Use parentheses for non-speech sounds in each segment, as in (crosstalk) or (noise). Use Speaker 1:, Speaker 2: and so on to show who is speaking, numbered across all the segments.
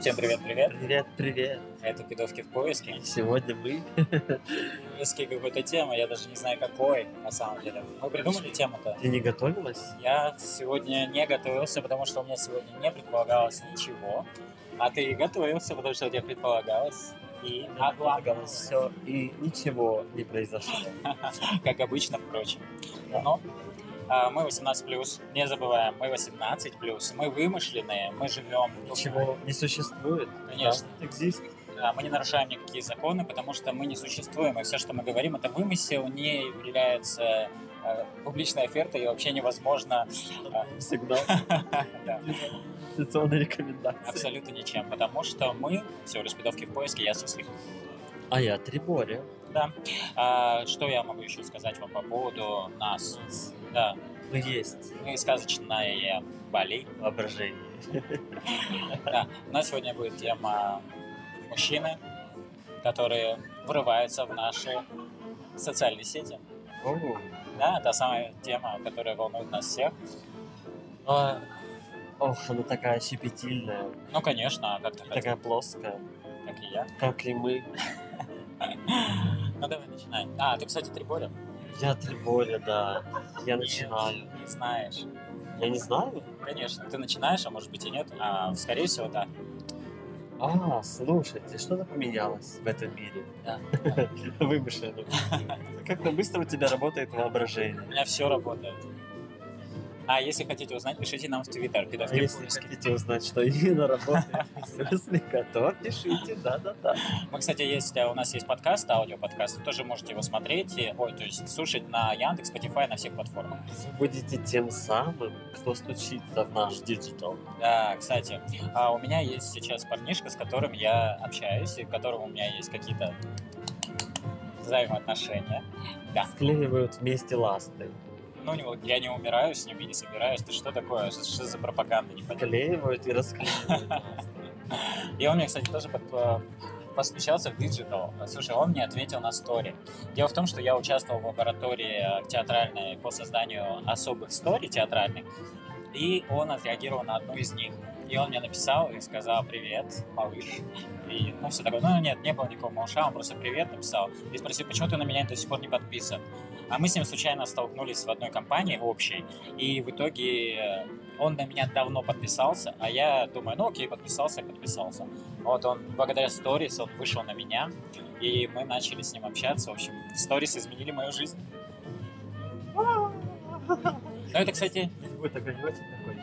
Speaker 1: Всем привет-привет.
Speaker 2: Привет, привет.
Speaker 1: Это «Пидовки в поиске».
Speaker 2: Сегодня мы
Speaker 1: Поиски какой-то темы, я даже не знаю какой, на самом деле. Мы придумали тему-то.
Speaker 2: Ты не готовилась?
Speaker 1: Я сегодня не готовился, потому что у меня сегодня не предполагалось ничего. А ты готовился, потому что у тебя предполагалось. И
Speaker 2: Предполагалось
Speaker 1: облагалось
Speaker 2: все, и ничего не произошло.
Speaker 1: как обычно, впрочем.
Speaker 2: Да.
Speaker 1: Но а, мы 18+, не забываем, мы 18+, мы вымышленные, мы живем.
Speaker 2: Ничего не существует.
Speaker 1: Конечно.
Speaker 2: Да, Экзист.
Speaker 1: А, Мы не нарушаем никакие законы, потому что мы не существуем, и все, что мы говорим, это вымысел, не является э, публичной офертой, и вообще невозможно (laughs)
Speaker 2: Всегда.
Speaker 1: да,
Speaker 2: Инвестиционные рекомендации.
Speaker 1: абсолютно ничем, потому что мы всего лишь пидовки в поиске, я суслик.
Speaker 2: А я три боли.
Speaker 1: Да. А, что я могу еще сказать вам по поводу нас? Да,
Speaker 2: Ну есть
Speaker 1: мы сказочная Бали.
Speaker 2: воображение.
Speaker 1: Да. У нас сегодня будет тема мужчины, которые врываются в наши социальные сети.
Speaker 2: Оу.
Speaker 1: Да, та самая тема, которая волнует нас всех.
Speaker 2: А, Ох, она такая щепетильная,
Speaker 1: Ну, конечно, а как ты хотел,
Speaker 2: такая плоская,
Speaker 1: как и я. (gasps)
Speaker 2: как и мы.
Speaker 1: Ну, давай начинай. А, ты, кстати, триборя.
Speaker 2: Я три боли, да. Я начинаю.
Speaker 1: Не знаешь.
Speaker 2: Я не знаю?
Speaker 1: Конечно, ты начинаешь, а может быть и нет. А, скорее всего, да.
Speaker 2: А, слушайте, что-то поменялось в этом мире.
Speaker 1: (laughs) Да. (laughs)
Speaker 2: Вымышленно. Как-то быстро у тебя работает
Speaker 1: У
Speaker 2: воображение.
Speaker 1: меня все работает. А если хотите узнать, пишите нам в Твиттер,
Speaker 2: А
Speaker 1: пидовки в
Speaker 2: если
Speaker 1: поиске.
Speaker 2: хотите узнать, что
Speaker 1: (laughs)
Speaker 2: именно работает в смысле, то пишите, да-да-да.
Speaker 1: Мы, кстати, есть, э, у нас есть подкаст, аудиоподкаст, вы тоже можете его смотреть, и- ой, то есть слушать на Яндекс, Spotify, на всех платформах.
Speaker 2: Вы будете тем самым, кто стучится в наш диджитал.
Speaker 1: Да, кстати, а у меня есть сейчас парнишка, с которым я общаюсь, и к которому у меня есть какие-то взаимоотношения. Да.
Speaker 2: Склеивают вместе ласты.
Speaker 1: Ну, у него- я не умираю с ним и не собираюсь. Ты что такое? Что, что за пропаганда? Не понятно.
Speaker 2: Склеивают и расклеивают ласты.
Speaker 1: И он мне, кстати, тоже под- э, постучался в диджитал. Слушай, он мне ответил на стори. Дело в том, что я участвовал в лаборатории э, театральной по созданию особых стори театральных, и он отреагировал на одну из них. И он мне написал и сказал «Привет, малыш». И, ну, все такое. Ну, нет, не было никакого малыша, он просто «Привет» написал. И спросил, почему ты на меня до сих пор не подписан? А мы с ним случайно столкнулись в одной компании общей, и в итоге э, он на меня давно подписался, а я думаю, ну окей, подписался, подписался. Вот он, благодаря сторис, он вышел на меня, и мы начали с ним общаться. В общем, сторис изменили мою жизнь. Ну, это, кстати,
Speaker 2: Будет огонечек такой.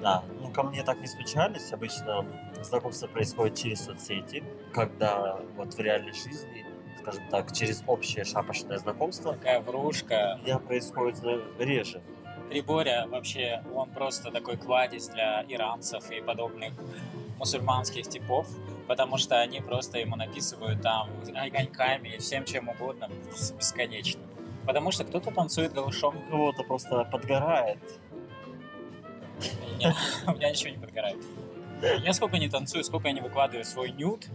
Speaker 2: Да, ну ко мне так не случались. Обычно знакомство происходит через соцсети, когда вот в реальной жизни, скажем так, через общее шапочное знакомство,
Speaker 1: такая вружка.
Speaker 2: я происходит зна- реже.
Speaker 1: Приборя вообще, он просто такой кладезь для иранцев и подобных мусульманских типов, потому что они просто ему написывают там огоньками и всем чем угодно с- бесконечно. Потому что кто-то танцует голышом,
Speaker 2: У кого-то Ну, просто подгорает.
Speaker 1: У меня- (laughs) у меня ничего не подгорает. Я сколько не танцую, сколько я не выкладываю свой нюд,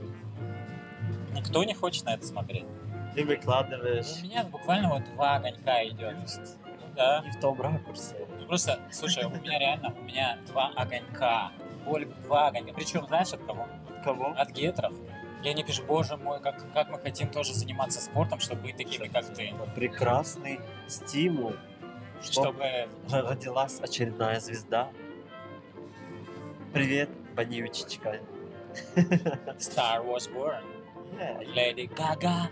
Speaker 1: никто не хочет на это смотреть.
Speaker 2: Ты
Speaker 1: У
Speaker 2: выкладываешь
Speaker 1: меня буквально вот два огонька идет. Ну да.
Speaker 2: не в том ракурсе.
Speaker 1: Ну Просто, слушай, у меня реально, у меня два огонька. Боль, два огонька. Причем, знаешь, от кого?
Speaker 2: От кого?
Speaker 1: От гетеров. Я не пишу, боже мой, как, как мы хотим тоже заниматься спортом, чтобы быть такими, как ты.
Speaker 2: Прекрасный стимул, чтобы
Speaker 1: Чтобы...
Speaker 2: Р- родилась очередная звезда. Привет, Банивичечка.
Speaker 1: Star was born. Lady Gaga.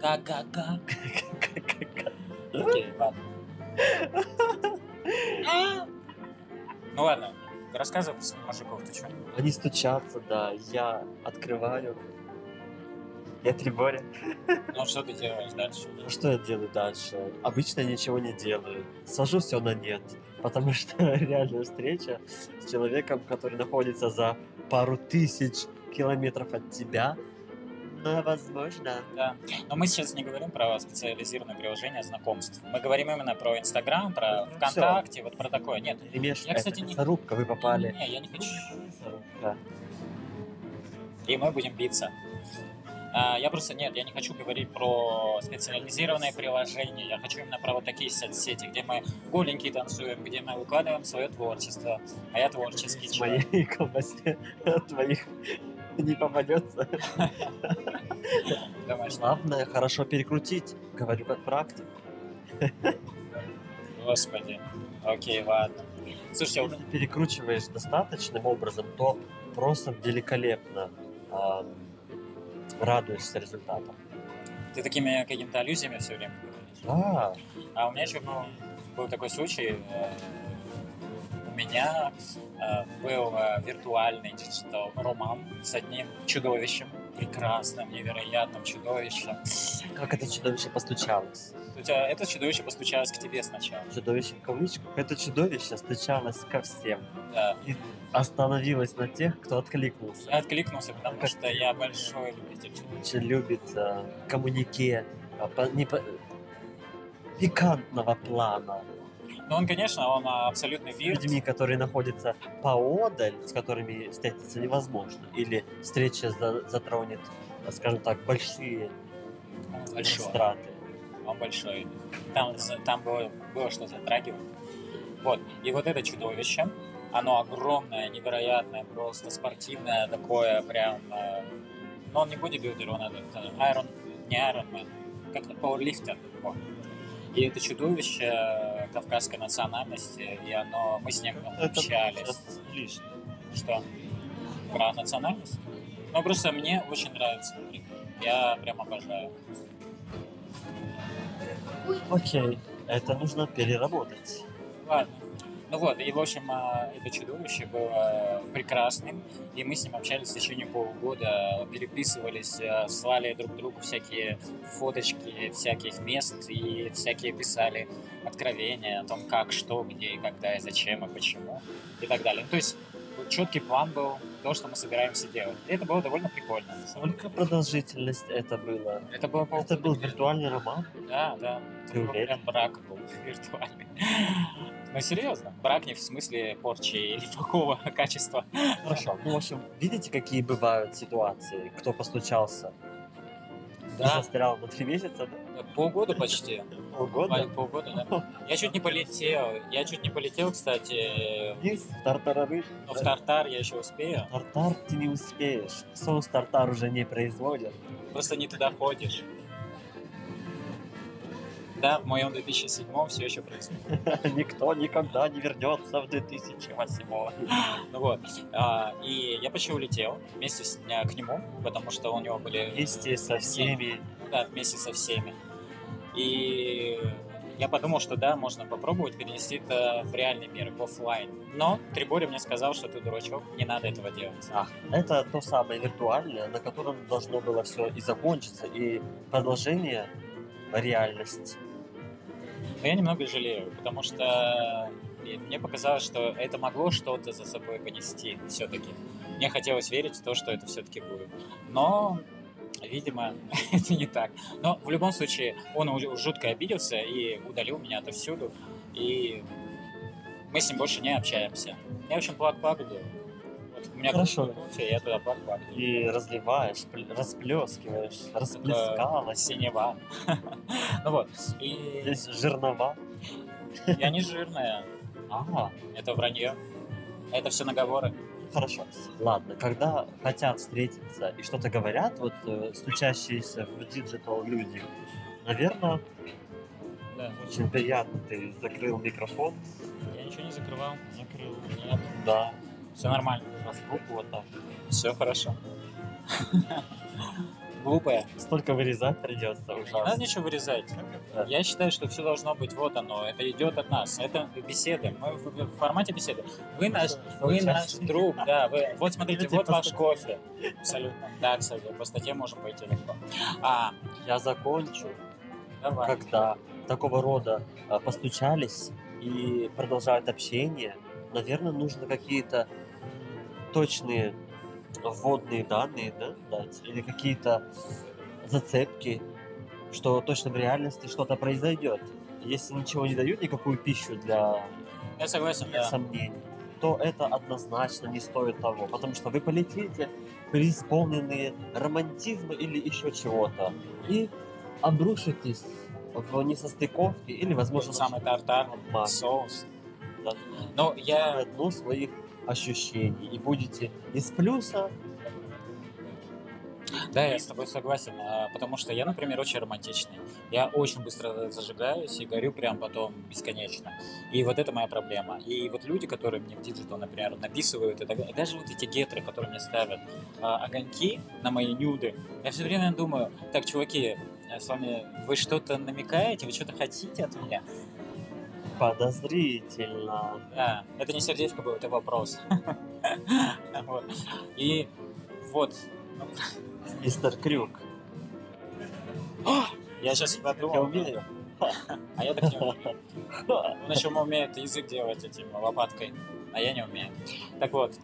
Speaker 1: Га-га-га. Окей, ладно. Ну ладно, рассказывай про своих мужиков, ты чё?
Speaker 2: Они стучатся, да, я открываю. Я триборя.
Speaker 1: Ну что ты делаешь дальше?
Speaker 2: Ну что я делаю дальше? Обычно я ничего не делаю. Сажу все на нет. Потому что (laughs) реальная встреча с человеком, который находится за пару тысяч километров от тебя, невозможно.
Speaker 1: Да. Но Ну, мы сейчас не говорим про специализированное приложение знакомств. Мы говорим именно про Инстаграм, про
Speaker 2: Всё.
Speaker 1: ВКонтакте, вот про Ну, такое. Нет,
Speaker 2: Ремеш,
Speaker 1: Я,
Speaker 2: это
Speaker 1: кстати, не-
Speaker 2: мясорубка, вы попали.
Speaker 1: не, я не хочу.
Speaker 2: Мясорубка.
Speaker 1: И мы будем биться. А, Я просто, нет, я не хочу говорить про специализированные приложения, я хочу именно про вот такие соцсети, где мы голенькие танцуем, где мы выкладываем свое творчество, а я творческий
Speaker 2: В
Speaker 1: человек.
Speaker 2: моей (laughs) колбасе твоих не попадется.
Speaker 1: Думаешь, ну,
Speaker 2: Главное хорошо перекрутить. Говорю как практик.
Speaker 1: господи, окей, ладно. Слушайте, а вот
Speaker 2: Если перекручиваешь достаточным образом, то просто великолепно ам, радуешься результатам.
Speaker 1: ты такими какими-то аллюзиями все время говоришь.
Speaker 2: Да,
Speaker 1: А у меня еще был, был такой случай. э, У меня э, был э, виртуальный диджитал роман с одним чудовищем, прекрасным, невероятным чудовищем.
Speaker 2: как это чудовище постучалось.
Speaker 1: У тебя это чудовище постучалось к тебе сначала.
Speaker 2: Чудовище в кавычках. Это чудовище стучалось ко всем.
Speaker 1: Да.
Speaker 2: И остановилось на тех, кто
Speaker 1: Я
Speaker 2: откликнулся.
Speaker 1: откликнулся, потому что я большой любитель чудовищ.
Speaker 2: Очень любит а, коммунике а, по- не по- пикантного плана.
Speaker 1: Но он, конечно, он а, абсолютный вирт.
Speaker 2: людьми, которые находятся поодаль, с которыми встретиться невозможно, или встреча за- затронет, э, скажем так, большие
Speaker 1: Он большой.
Speaker 2: страты.
Speaker 1: Он а большой. Там, за- там было, было что затрагивать. Вот. И вот это чудовище, оно огромное, невероятное, просто спортивное, такое прям... э, ну, он не бодибилдер, он этот... э, Айрон... Не айронмен, как это, пауэрлифтер. Вот. И это чудовище э, кавказской национальности, и оно... Мы с ним общались.
Speaker 2: сейчас лишнее.
Speaker 1: Что? Про национальность? Ну, просто мне очень нравится. Я прям обожаю.
Speaker 2: Окей, это нужно переработать.
Speaker 1: Ладно. Ну вот, и в общем, а, это чудовище было прекрасным, и мы с ним общались в течение полугода, переписывались, а, слали друг другу всякие фоточки всяких мест и всякие писали откровения о том, как, что, где, и когда, и зачем, и почему, и так далее. Ну, то есть четкий план был, то, что мы собираемся делать. И это было довольно прикольно. на самом деле.
Speaker 2: Сколько продолжительность это было?
Speaker 1: Это было
Speaker 2: Это был
Speaker 1: полгода.
Speaker 2: виртуальный роман?
Speaker 1: Да, да.
Speaker 2: Ты
Speaker 1: Ну,
Speaker 2: уверен?
Speaker 1: Прям брак был (laughs) виртуальный. Ну, серьезно, брак не в смысле порчи или (laughs) такого качества.
Speaker 2: Хорошо. Ну, в общем, видите, какие бывают ситуации? Кто постучался?
Speaker 1: Да.
Speaker 2: Застрял на три месяца, да?
Speaker 1: Полгода почти.
Speaker 2: Полгода?
Speaker 1: Пол- Полгода, да. Я чуть не полетел. Я чуть не полетел, кстати.
Speaker 2: Есть тартарары?
Speaker 1: Но в Тартар я еще успею.
Speaker 2: Тартар ты не успеешь. Соус тартар уже не производят. (laughs)
Speaker 1: Просто не туда ходишь. Да, в моем 2007 все еще происходит.
Speaker 2: Никто никогда не вернется в 2008.
Speaker 1: Ну вот. А, И я почти улетел вместе с- а, к нему, потому что у него были
Speaker 2: Вместе со всеми.
Speaker 1: Ну да, вместе со всеми. И я подумал, что да, можно попробовать перенести это в реальный мир, в офлайн. Но Трибори мне сказал, что ты дурачок, не надо этого делать.
Speaker 2: А, это то самое виртуальное, на котором должно было все и закончиться, и продолжение реальность.
Speaker 1: Но я немного жалею, потому что и мне показалось, что это могло что-то за собой понести все-таки. Мне хотелось верить в то, что это все-таки будет. Но, видимо, (laughs) это не так. Но в любом случае, он у- жутко обиделся и удалил меня отовсюду. И мы с ним больше не общаемся. Я, в общем, плак-плак делаю. Вот у меня
Speaker 2: Хорошо.
Speaker 1: кофе, я туда плак-плак делаю.
Speaker 2: И разливаешь, пл- расплескиваешь, расплескалась.
Speaker 1: Синева. (laughs) Ну вот. И
Speaker 2: Здесь жирнова.
Speaker 1: я не жирная.
Speaker 2: А,
Speaker 1: Это вранье. Это все наговоры.
Speaker 2: хорошо. Ладно, когда хотят встретиться и что-то говорят, вот э, стучащиеся в диджитал люди, наверное,
Speaker 1: Да.
Speaker 2: очень приятно ты закрыл микрофон.
Speaker 1: Я ничего не закрывал.
Speaker 2: Закрыл.
Speaker 1: Нет.
Speaker 2: Да.
Speaker 1: Все нормально.
Speaker 2: Раз в руку вот так.
Speaker 1: Все хорошо. (laughs) Глупая.
Speaker 2: Столько вырезать придется
Speaker 1: Не надо
Speaker 2: ужасно.
Speaker 1: ничего вырезать.
Speaker 2: Да.
Speaker 1: Я считаю, что все должно быть вот оно. Это идет от нас. Это беседы. Мы в в формате беседы. Вы наш, вы наш друг, да. (laughs) Вы, вот смотрите,
Speaker 2: Люди
Speaker 1: вот ваш
Speaker 2: просто-
Speaker 1: кофе. Абсолютно. Да, кстати, по статье можем пойти легко. А,
Speaker 2: Я закончу,
Speaker 1: давай.
Speaker 2: когда такого рода а, постучались и продолжают общение. Наверное, нужно какие-то точные вводные данные да, дать или какие-то зацепки, что точно в реальности что-то произойдет. Если ничего не дают, никакую пищу для
Speaker 1: Я согласен, да.
Speaker 2: сомнений, то это однозначно не стоит того, потому что вы полетите преисполненные романтизма или еще чего-то и обрушитесь в несостыковке или, возможно,
Speaker 1: Тот самый тартар,
Speaker 2: обман.
Speaker 1: соус.
Speaker 2: Да.
Speaker 1: Но я
Speaker 2: самое дно своих ощущений и будете из плюса
Speaker 1: Да, я с тобой согласен, а, потому что я, например, очень романтичный. Я очень быстро зажигаюсь и горю прям потом бесконечно. И вот это моя проблема. И вот люди, которые мне в диджитал, например, написывают, и так далее, даже вот эти гетры, которые мне ставят а, огоньки на мои нюды, я все время думаю, так, чуваки, э, с вами вы что-то намекаете, вы что-то хотите от меня?
Speaker 2: подозрительно.
Speaker 1: Да, это не сердечко было, это вопрос. (laughs) Вот. И вот,
Speaker 2: Мистер Крюк.
Speaker 1: я сейчас
Speaker 2: Я
Speaker 1: подумал,
Speaker 2: умею.
Speaker 1: (laughs) а я так не умею. Он еще умеет язык делать этим лопаткой, а я не умею. Так
Speaker 2: (laughs)
Speaker 1: вот.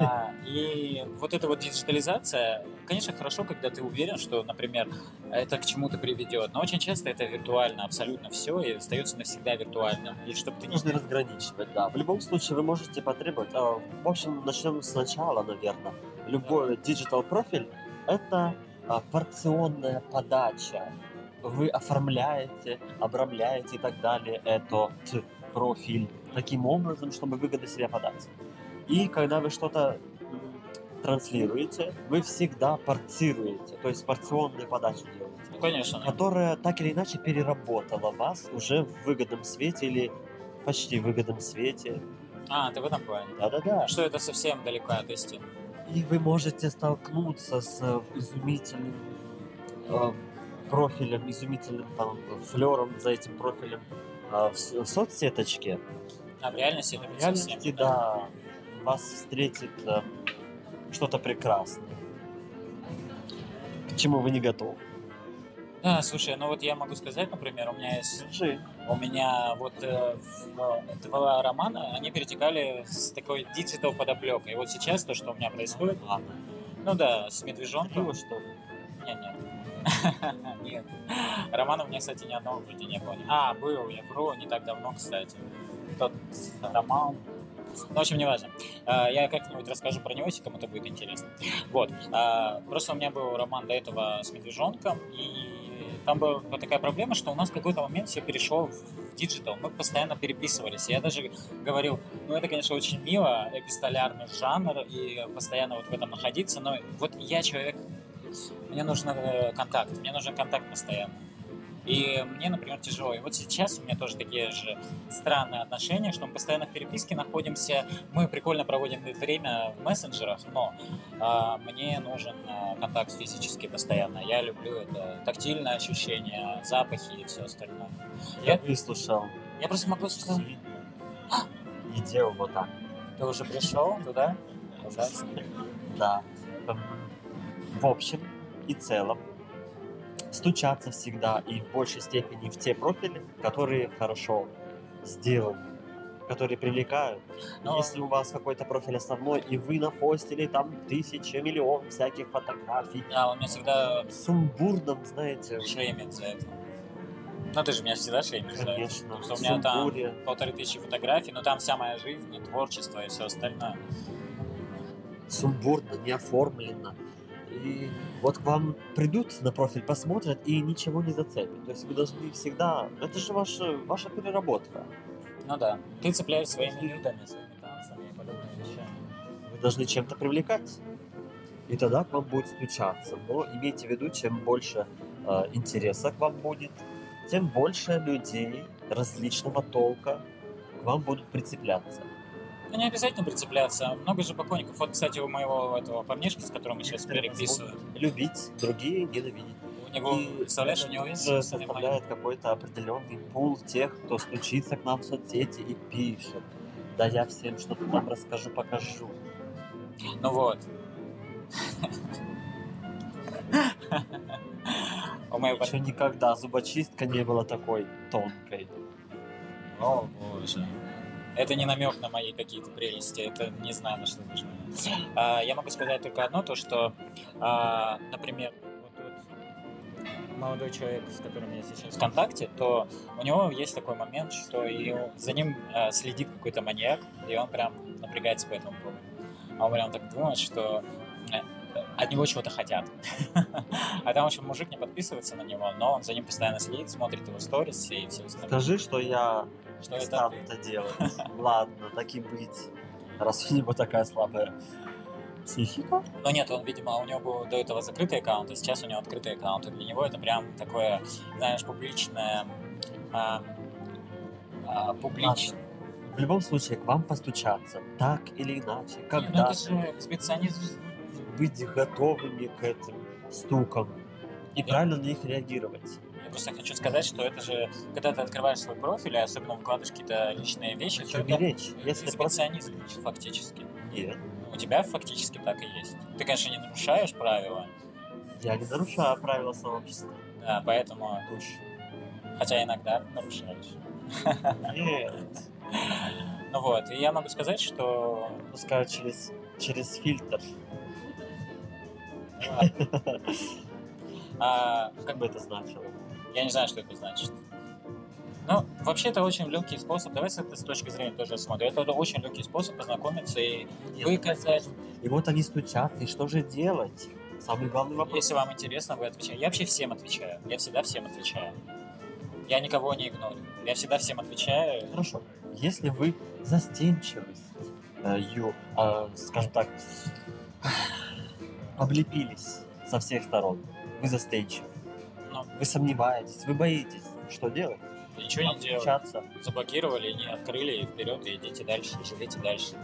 Speaker 1: А, И вот эта вот диджитализация, конечно, хорошо, когда ты уверен, что, например, это к чему-то приведет, но очень часто это виртуально абсолютно все и остается навсегда виртуальным. И чтобы ты не...
Speaker 2: Нужно разграничивать, да. В любом случае вы можете потребовать. а, В общем, начнем сначала, наверное. Любой диджитал профиль это а, порционная подача. Вы оформляете, обрамляете и так далее этот профиль таким образом, чтобы выгодно себя подать. И когда вы что-то м, транслируете, вы всегда порцируете, то есть порционную подачу делаете
Speaker 1: Ну, Конечно.
Speaker 2: которая так или иначе переработала вас уже в выгодном свете или почти выгодном свете.
Speaker 1: А, ты в этом плане. А
Speaker 2: Да-да-да.
Speaker 1: Что это совсем далеко от истины.
Speaker 2: И вы можете столкнуться с э, изумительным э, профилем, изумительным там, флером за этим профилем э, в, с- в соцсеточке.
Speaker 1: А в реальности это
Speaker 2: В
Speaker 1: ведь
Speaker 2: реальности,
Speaker 1: совсем.
Speaker 2: да, вас встретит э, что-то прекрасное, к чему вы не готовы.
Speaker 1: Да, слушай, ну вот я могу сказать, например, у меня есть
Speaker 2: Скажи,
Speaker 1: У меня вот э, в, э, два романа, они перетекали с такой диджитал подоплекой. И вот сейчас то, что у меня происходит,
Speaker 2: ладно,
Speaker 1: ну да, с медвежонком.
Speaker 2: Пиво, что ли?
Speaker 1: Нет, нет. (laughs) Нет. Романа у меня, кстати, ни одного вроде не было. А, был, я вру, не так давно, кстати. Тот роман. Ну, в общем, не важно. Я как-нибудь расскажу про него, если кому-то будет интересно. Вот. А, Просто у меня был роман до этого с медвежонком, и там была такая проблема, что у нас в какой-то момент все перешло в диджитал. Мы постоянно переписывались. Я даже говорил, ну это, конечно, очень мило, эпистолярный жанр, и постоянно вот в этом находиться, но вот я человек, мне нужен э, контакт, мне нужен контакт постоянно. И мне, например, тяжело. И вот сейчас у меня тоже такие же странные отношения, что мы постоянно в переписке находимся, мы прикольно проводим время в мессенджерах, но а, мне нужен а, контакт физически постоянно. Я люблю это тактильное ощущение, запахи и все остальное.
Speaker 2: Я
Speaker 1: Я-
Speaker 2: выслушал.
Speaker 1: Я просто могу сказать, А!
Speaker 2: И делал вот так.
Speaker 1: ты уже пришел туда? Ужасно.
Speaker 2: Да. Эм, В общем и целом, стучаться всегда и в большей степени в те профили, которые хорошо сделаны, которые привлекают.
Speaker 1: Но-
Speaker 2: Если у вас какой-то профиль основной, и вы напостили там тысячи, миллион всяких фотографий,
Speaker 1: Да, он меня всегда
Speaker 2: в сумбурном, знаете,
Speaker 1: шеймит за это. Ну, ты же меня всегда шеймишь за это.
Speaker 2: конечно,
Speaker 1: Потому
Speaker 2: в
Speaker 1: что у меня там-
Speaker 2: сумбуре.
Speaker 1: Полторы тысячи фотографий, но там вся моя жизнь, и творчество, и все остальное.
Speaker 2: сумбурно, не оформлено. И вот к вам придут на профиль, посмотрят и ничего не зацепят. То есть вы должны всегда... Это же ваша, ваша переработка.
Speaker 1: Ну да. Ты цепляешь своими нюдами, своими танцами и подобными вещами.
Speaker 2: Вы должны чем-то привлекать. И тогда к вам будет стучаться. Но имейте в виду, чем больше э, интереса к вам будет, тем больше людей различного толка к вам будут прицепляться.
Speaker 1: Ну, не обязательно прицепляться. Много же поклонников. Вот, кстати, у моего этого парнишки, с которым я сейчас
Speaker 2: Некоторые вас
Speaker 1: переписываю,
Speaker 2: будут Любить, другие ненавидеть.
Speaker 1: у него,
Speaker 2: И
Speaker 1: представляешь, у
Speaker 2: это
Speaker 1: него есть
Speaker 2: тоже
Speaker 1: собственный
Speaker 2: составляет какой-то определенный пул тех, кто стучится к нам в соцсети и пишет. Да я всем что-то там расскажу, покажу.
Speaker 1: магазин. Ну вот. (laughs) У моего
Speaker 2: Еще никогда зубочистка не была такой тонкой.
Speaker 1: О, боже. Это не намек на мои какие-то прелести, это не знаю, на что даже. я могу сказать только одно, то что, а, например, вот а, тут молодой человек, с которым я сейчас в контакте, то у него есть такой момент, что и у- за ним э, следит какой-то маньяк, и он прям напрягается по этому поводу. А он прям так думает, что э, от него чего-то хотят. (laughs) А там, в общем, мужик не подписывается на него, но он за ним постоянно следит, смотрит его сторис и все остальное.
Speaker 2: Скажи, что я
Speaker 1: Что
Speaker 2: не
Speaker 1: Ну, это
Speaker 2: стану
Speaker 1: ты? (laughs)
Speaker 2: это делать. Ладно, так и быть. Раз у него такая слабая психика.
Speaker 1: Но нет, он, видимо, у него был до этого закрытый аккаунт, а сейчас у него открытый аккаунт. И для него это прям такое, знаешь, публичное... а, а, публич-
Speaker 2: В любом случае, к вам постучаться, так или иначе,
Speaker 1: Не, ну
Speaker 2: когда
Speaker 1: это же экспедиционизм.
Speaker 2: быть готовыми к этим стукам и правильно на них реагировать.
Speaker 1: Я просто хочу сказать, что это же, когда ты открываешь свой профиль, и особенно выкладываешь какие-то личные вещи, то
Speaker 2: Еще
Speaker 1: это
Speaker 2: беречь, если просто
Speaker 1: экспедиционизм фактически.
Speaker 2: нет.
Speaker 1: У тебя фактически так и есть. Ты, конечно, не нарушаешь правила,
Speaker 2: Я не нарушаю правила сообщества.
Speaker 1: да, поэтому,
Speaker 2: Душ.
Speaker 1: хотя иногда нарушаешь.
Speaker 2: Нет.
Speaker 1: Ну вот, и я могу сказать, что...
Speaker 2: Пускай через, через фильтр. (laughs)
Speaker 1: ну ладно. А, как
Speaker 2: Как бы это значило?
Speaker 1: Я не знаю, что это значит. Ну, вообще это очень легкий способ, давай с этой с точки зрения тоже рассмотрим. Это очень легкий способ познакомиться и
Speaker 2: Нет, ну,
Speaker 1: выказать,
Speaker 2: И вот они стучат, и что же делать? Самый главный вопрос.
Speaker 1: если вам интересно, вы отвечаете. Я вообще всем отвечаю, я всегда всем отвечаю. Я никого не игнорю, я всегда всем отвечаю.
Speaker 2: Хорошо. Если вы застенчивость, э, ю- а, скажем так, (sighs) облепились со всех сторон, вы застенчивы,
Speaker 1: Ну,
Speaker 2: вы сомневаетесь, вы боитесь, что делать?
Speaker 1: ничего не делаю.
Speaker 2: Отключаться?
Speaker 1: заблокировали, не открыли, и вперед, и идите дальше, и живите дальше.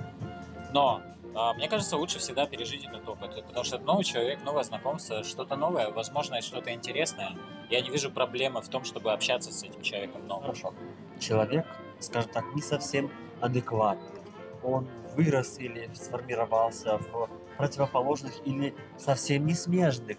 Speaker 1: Но а, мне кажется, лучше всегда пережить этот опыт, потому что это новый человек, новое знакомство, что-то новое, возможно, и что-то интересное. Я не вижу проблемы в том, чтобы общаться с этим человеком новым.
Speaker 2: Хорошо. Человек, скажем так, не совсем адекватный. Он вырос или сформировался в противоположных или совсем не смежных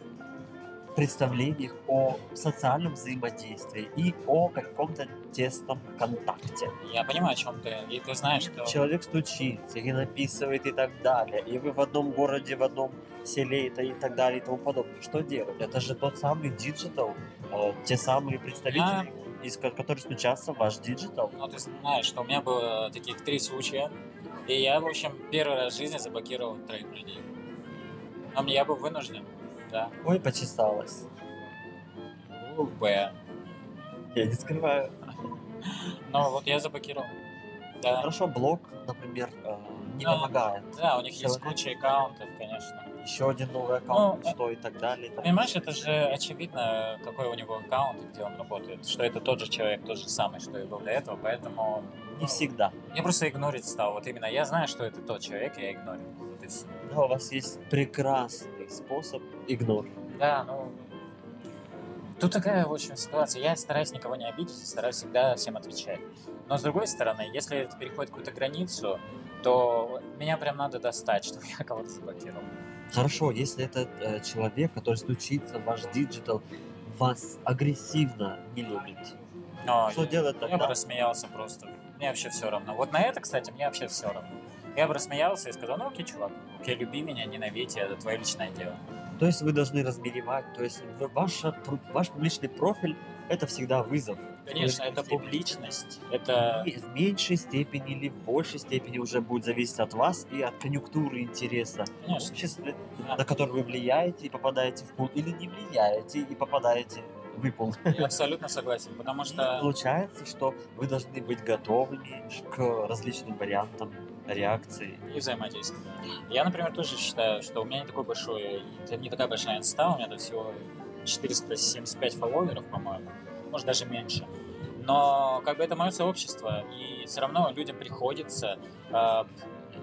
Speaker 2: представлениях о социальном взаимодействии и о каком-то тесном контакте.
Speaker 1: Я понимаю, о чем ты, и ты знаешь, что...
Speaker 2: Человек стучится и написывает и так далее, и вы в одном городе, в одном селе и та- и так далее и тому подобное. Что делать? Это же тот самый диджитал, э, те самые представители, из ко- которых стучатся в ваш диджитал.
Speaker 1: Ну, ты знаешь, что у меня было таких три случая, и я, в общем, первый раз в жизни заблокировал троих людей. Но мне- я был вынужден, да.
Speaker 2: Ой, почесалась.
Speaker 1: Глупая.
Speaker 2: Я не скрываю.
Speaker 1: Но вот я заблокировал. Да.
Speaker 2: Э, Хорошо, блог, например, э, не
Speaker 1: Да.
Speaker 2: помогает.
Speaker 1: Да, у них есть
Speaker 2: Человек.
Speaker 1: куча аккаунтов, конечно.
Speaker 2: Еще один новый аккаунт,
Speaker 1: Ну, э,
Speaker 2: что и так далее. и тому
Speaker 1: Понимаешь, это же очевидно, какой у него аккаунт и где он работает, что это тот же человек, тот же самый, что и был до этого, поэтому... ну,
Speaker 2: подобное. Не всегда.
Speaker 1: Я просто игнорить стал, вот именно я знаю, что это тот человек, я игнорю. Вот и всё.
Speaker 2: Да, у вас есть прекрасный способ игнор.
Speaker 1: Да, ну... Тут такая, в общем, ситуация. Я стараюсь никого не обидеть, и стараюсь всегда всем отвечать. Но, с другой стороны, если это переходит какую-то границу, то меня прям надо достать, (laughs) чтобы я кого-то заблокировал.
Speaker 2: Хорошо, если этот э, человек, который стучится в ваш диджитал, вас агрессивно не любит.
Speaker 1: Но
Speaker 2: что делать
Speaker 1: А, Я бы
Speaker 2: тогда?
Speaker 1: рассмеялся просто. Мне вообще все равно. Вот на это, кстати, мне вообще все равно. Я бы рассмеялся и сказал, ну окей, чувак, окей, люби меня, ненавидь, это твое личное дело.
Speaker 2: То есть вы должны размеревать, то есть вы- ваша пру- ваш публичный профиль это всегда вызов.
Speaker 1: Конечно,
Speaker 2: Вы
Speaker 1: это
Speaker 2: хотите.
Speaker 1: публичность, это...
Speaker 2: И в меньшей степени или в большей степени уже будет зависеть от вас и от конъюнктуры интереса
Speaker 1: Конечно.
Speaker 2: общества,
Speaker 1: Да.
Speaker 2: на который вы влияете и попадаете в пул, или не влияете и попадаете в пул.
Speaker 1: Я абсолютно согласен, потому
Speaker 2: И
Speaker 1: что...
Speaker 2: Получается, что вы должны быть готовыми к различным вариантам реакции.
Speaker 1: И взаимодействие. Я, например, тоже считаю, что у меня не такой большой... Это не такая большая инста, у меня тут всего 475 фолловеров, по-моему. Может, даже меньше. Но как бы это мое сообщество, и все равно людям приходится э,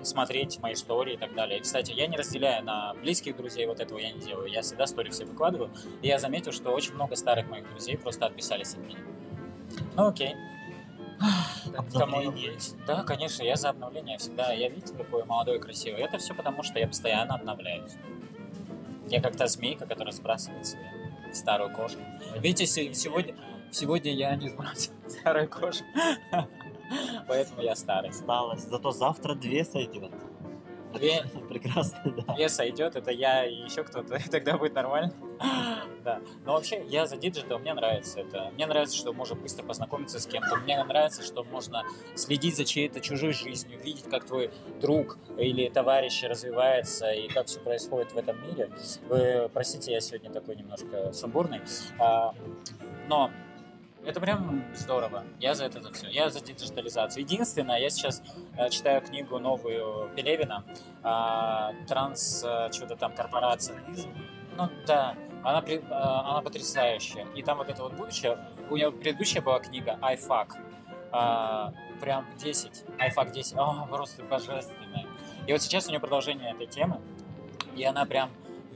Speaker 1: смотреть мои истории и так далее. И, кстати, я не разделяю на близких друзей, вот этого я не делаю. Я всегда истории все выкладываю. И я заметил, что очень много старых моих друзей просто отписались от меня. Ну окей. Так, кому я
Speaker 2: Обновление.
Speaker 1: быть? Да, конечно, я за обновление всегда. Я видите, какой молодой и красивый. Это все потому, что я постоянно обновляюсь. Я как та змейка, которая сбрасывает себе старую кожу. Видите, се- сегодня, сегодня я не (laughs) сбросил старую кожу. Поэтому я старый.
Speaker 2: (laughs) Осталось. Зато завтра две сойдет.
Speaker 1: Две,
Speaker 2: Прекрасно, да.
Speaker 1: две сойдет, это я и еще кто-то, (laughs) и тогда будет нормально. Да. Но вообще, я за диджитал, мне нравится это. Мне нравится, что можно быстро познакомиться с кем-то. Мне нравится, что можно следить за чьей-то чужой жизнью, видеть, как твой друг или товарищ развивается и как все происходит в этом мире. Вы, простите, я сегодня такой немножко сумбурный. А, но это прям здорово. Я за это за все. Я за диджитализацию. Единственное, я сейчас э, читаю книгу новую Пелевина, а, транс, э, что-то там, корпорация. Ну да, она, при- э, она потрясающая. И там вот это вот будущее, у нее предыдущая была книга iFuck, а, прям 10, iFuck 10, О, просто божественная. И вот сейчас у нее продолжение этой темы, и она прям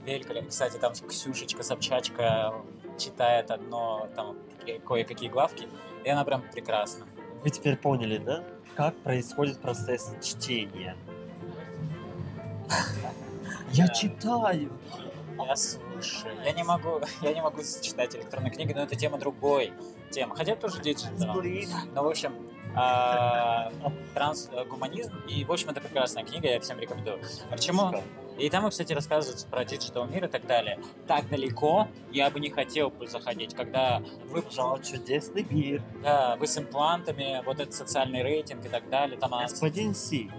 Speaker 1: великолепная. Кстати, там Ксюшечка, Собчачка читает одно, там такие- кое-какие главки, и она прям прекрасна.
Speaker 2: Вы теперь поняли, да? Как происходит процесс чтения? (laughs) Я
Speaker 1: Да.
Speaker 2: читаю.
Speaker 1: Я слушаю. Я не могу, (laughs) я не могу читать электронные книги, но это тема другой темы. Хотя тоже диджитал.
Speaker 2: Блин.
Speaker 1: Ну, в общем, а, трансгуманизм. И, в общем, это прекрасная книга, я всем рекомендую. Почему? И там, кстати, рассказывается про диджитал мир и так далее. Так далеко я бы не хотел бы заходить, когда вы,
Speaker 2: Выбрал ну, чудесный мир.
Speaker 1: да, вы с имплантами, вот этот социальный рейтинг и так далее. Там она
Speaker 2: Господин Си.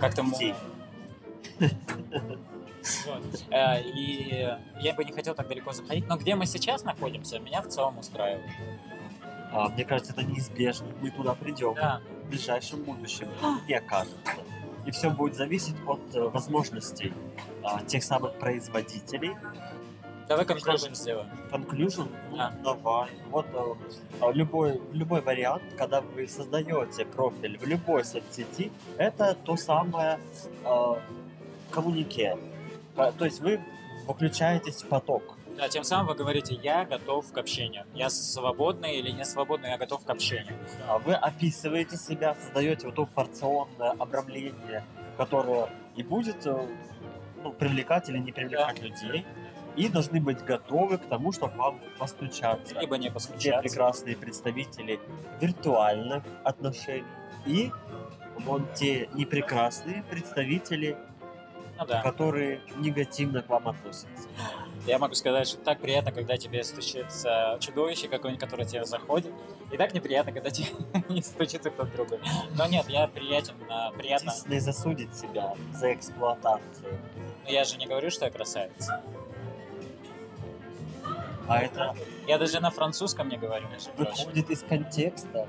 Speaker 1: как-то... м-
Speaker 2: Си.
Speaker 1: Вот. Э, И я бы не хотел так далеко заходить, но где мы сейчас находимся, меня в целом устраивает.
Speaker 2: А, мне кажется, это неизбежно. Мы туда придем
Speaker 1: Да,
Speaker 2: в ближайшем будущем. И окажется. И все будет зависеть от э, возможностей а, тех самых производителей,
Speaker 1: давай конкретно сделаем.
Speaker 2: Conclusion? Ну,
Speaker 1: Да.
Speaker 2: давай. Вот э, а, любой, любой вариант, когда вы создаете профиль в любой соцсети, это то самое э, коммунике. Ко- То есть вы выключаетесь в поток.
Speaker 1: Да, тем самым вы говорите, я готов к общению. Я свободный или не свободный, я готов к общению.
Speaker 2: А Вы описываете себя, создаете вот то порционное обрамление, которое и будет э, ну, привлекать или не привлекать людей. И должны быть готовы к тому, чтобы вам постучаться.
Speaker 1: Либо не
Speaker 2: те
Speaker 1: постучаться.
Speaker 2: прекрасные представители виртуальных отношений и вон те непрекрасные представители,
Speaker 1: Ну да.
Speaker 2: которые негативно к вам относятся.
Speaker 1: Я могу сказать, что так приятно, когда тебе стучится чудовище какое-нибудь, которое тебе заходит. И так неприятно, когда (laughs) тебе не стучится кто-то другой. Но нет, я приятен, а, приятно.
Speaker 2: Дисней засудит себя за эксплуатацию.
Speaker 1: Но я же не говорю, что я красавица.
Speaker 2: А это
Speaker 1: Я даже на французском не говорю, между прочим.
Speaker 2: выходит из контекста.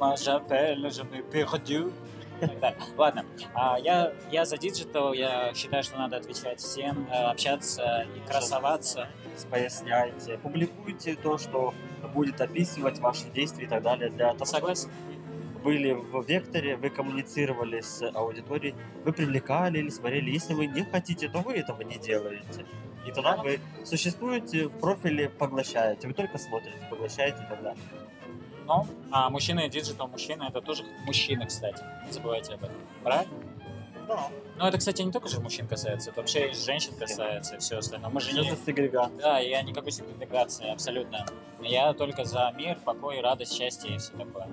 Speaker 1: Ma chapelle, je me perdu. И так далее. Ладно, а, я, я за диджитал, я считаю, что надо отвечать всем, э, общаться и красоваться.
Speaker 2: Поясняйте, публикуйте то, что будет описывать ваши действия и так далее. Для того, чтобы
Speaker 1: Согласен?
Speaker 2: были в векторе, вы коммуницировали с аудиторией, вы привлекали или смотрели. Если вы не хотите, то вы этого не делаете. И тогда вы существуете в профиле, поглощаете. Вы только смотрите, поглощаете и так далее.
Speaker 1: Ну, а мужчина и диджитал мужчина, это тоже мужчины, кстати. Не забывайте об этом. Правильно? Ну, это, кстати, не только же мужчин касается, это вообще и женщин касается и все остальное. Мы же
Speaker 2: Что
Speaker 1: не...
Speaker 2: за сегрегация?
Speaker 1: Да, я никакой сегрегации, абсолютно. Я только за мир, покой, радость, счастье и все такое.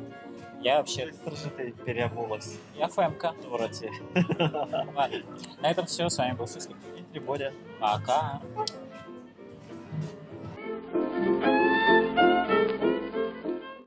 Speaker 1: Я вообще...
Speaker 2: Быстро же ты переобулась,
Speaker 1: Я ФМК.
Speaker 2: (laughs) дуроти.
Speaker 1: Ладно. На этом все. С вами был Сыскин.
Speaker 2: И Боря.
Speaker 1: Пока.